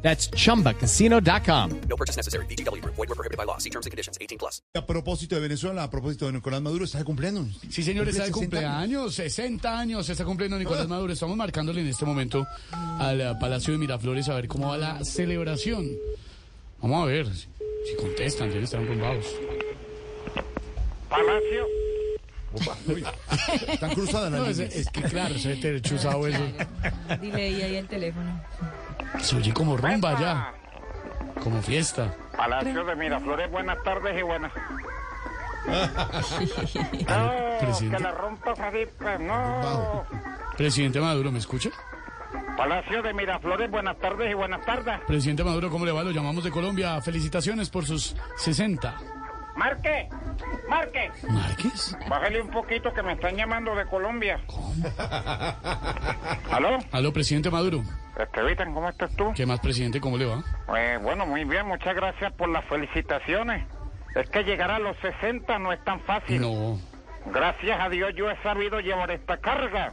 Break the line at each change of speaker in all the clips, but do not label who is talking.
That's chumbacasino.com.
No purchase necessary. BGW. Void were prohibited by law. See terms and conditions. 18 plus.
A propósito de Venezuela, a propósito de Nicolás Maduro, está de cumpleaños.
Sí, señores, está de
Cumple 60
cumpleaños, 60 años, está cumpliendo Nicolás Maduro. Estamos marcándole en este momento al eh, Palacio de Miraflores a ver cómo va la celebración. Vamos a ver si, si contestan, deben estar enrumbados.
Palacio,
Están cruzadas las
No, es,
líneas.
es que claro, se mete rechuzado eso.
Dile ahí, ahí el teléfono.
Se oye como rumba ya, como fiesta.
Palacio de Miraflores, buenas tardes y buenas. No, que
Presidente,
la rompa Felipe, no.
presidente Maduro, ¿me escucha?
Palacio de Miraflores, buenas tardes y buenas tardes.
Presidente Maduro, ¿cómo le va? Lo llamamos de Colombia. Felicitaciones por sus 60.
Marque, marque.
¿Márquez?
Bájale un poquito que me están llamando de Colombia. ¿Aló?
Aló, presidente Maduro.
Estevitan, ¿cómo estás tú?
¿Qué más, presidente? ¿Cómo le va?
Eh, bueno, muy bien, muchas gracias por las felicitaciones. Es que llegar a los 60 no es tan fácil.
No.
Gracias a Dios yo he sabido llevar esta carga.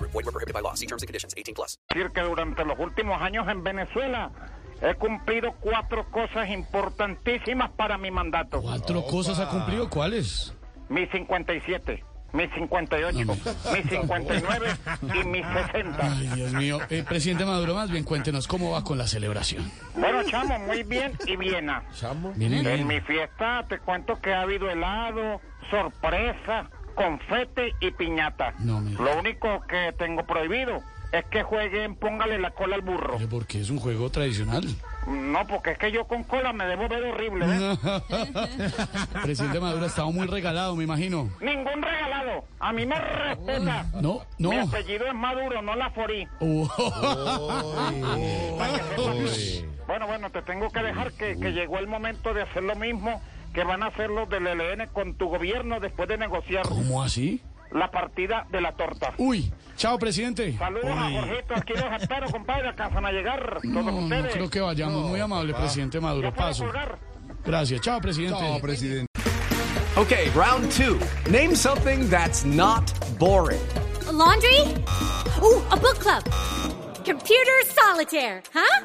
Void were prohibited by law. See terms and conditions. 18 plus.
decir que durante los últimos años en Venezuela he cumplido cuatro cosas importantísimas para mi mandato.
Cuatro cosas ha cumplido, ¿cuáles?
Mi 57, mi 58, mi 59 y mi 60.
Ay, Dios mío. Eh, presidente Maduro, más bien cuéntenos cómo va con la celebración.
Bueno, chamo, muy bien y viena.
Miren,
En mi fiesta te cuento que ha habido helado, sorpresa, confete y piñata.
No, mi-
Lo único que tengo prohibido es que jueguen, póngale la cola al burro.
eh, porque es un juego tradicional.
No, porque es que yo con cola me debo ver horrible, ¿eh?
Presidente Maduro ha estado muy regalado, me imagino.
Ningún regalado. A mí me respeta.
No, no. Oh.
Mi apellido es Maduro, no la forí. Bueno, bueno, te tengo que dejar que, que llegó el momento de hacer lo mismo que van a hacer los del ELN con tu gobierno después de negociar
¿Cómo así?
la partida de la torta.
Uy, chao, presidente.
Saludos a Jorgito, aquí los espero, compadre, alcanzan a llegar todos
No, no
ustedes.
creo que vayamos. Muy amable, presidente
Ya
Maduro.
puedo
Paso.
colgar.
Gracias. Chao, presidente.
No, presidente.
Okay, round two. Name something that's not boring.
A laundry? Ooh, a book club. Computer solitaire, huh?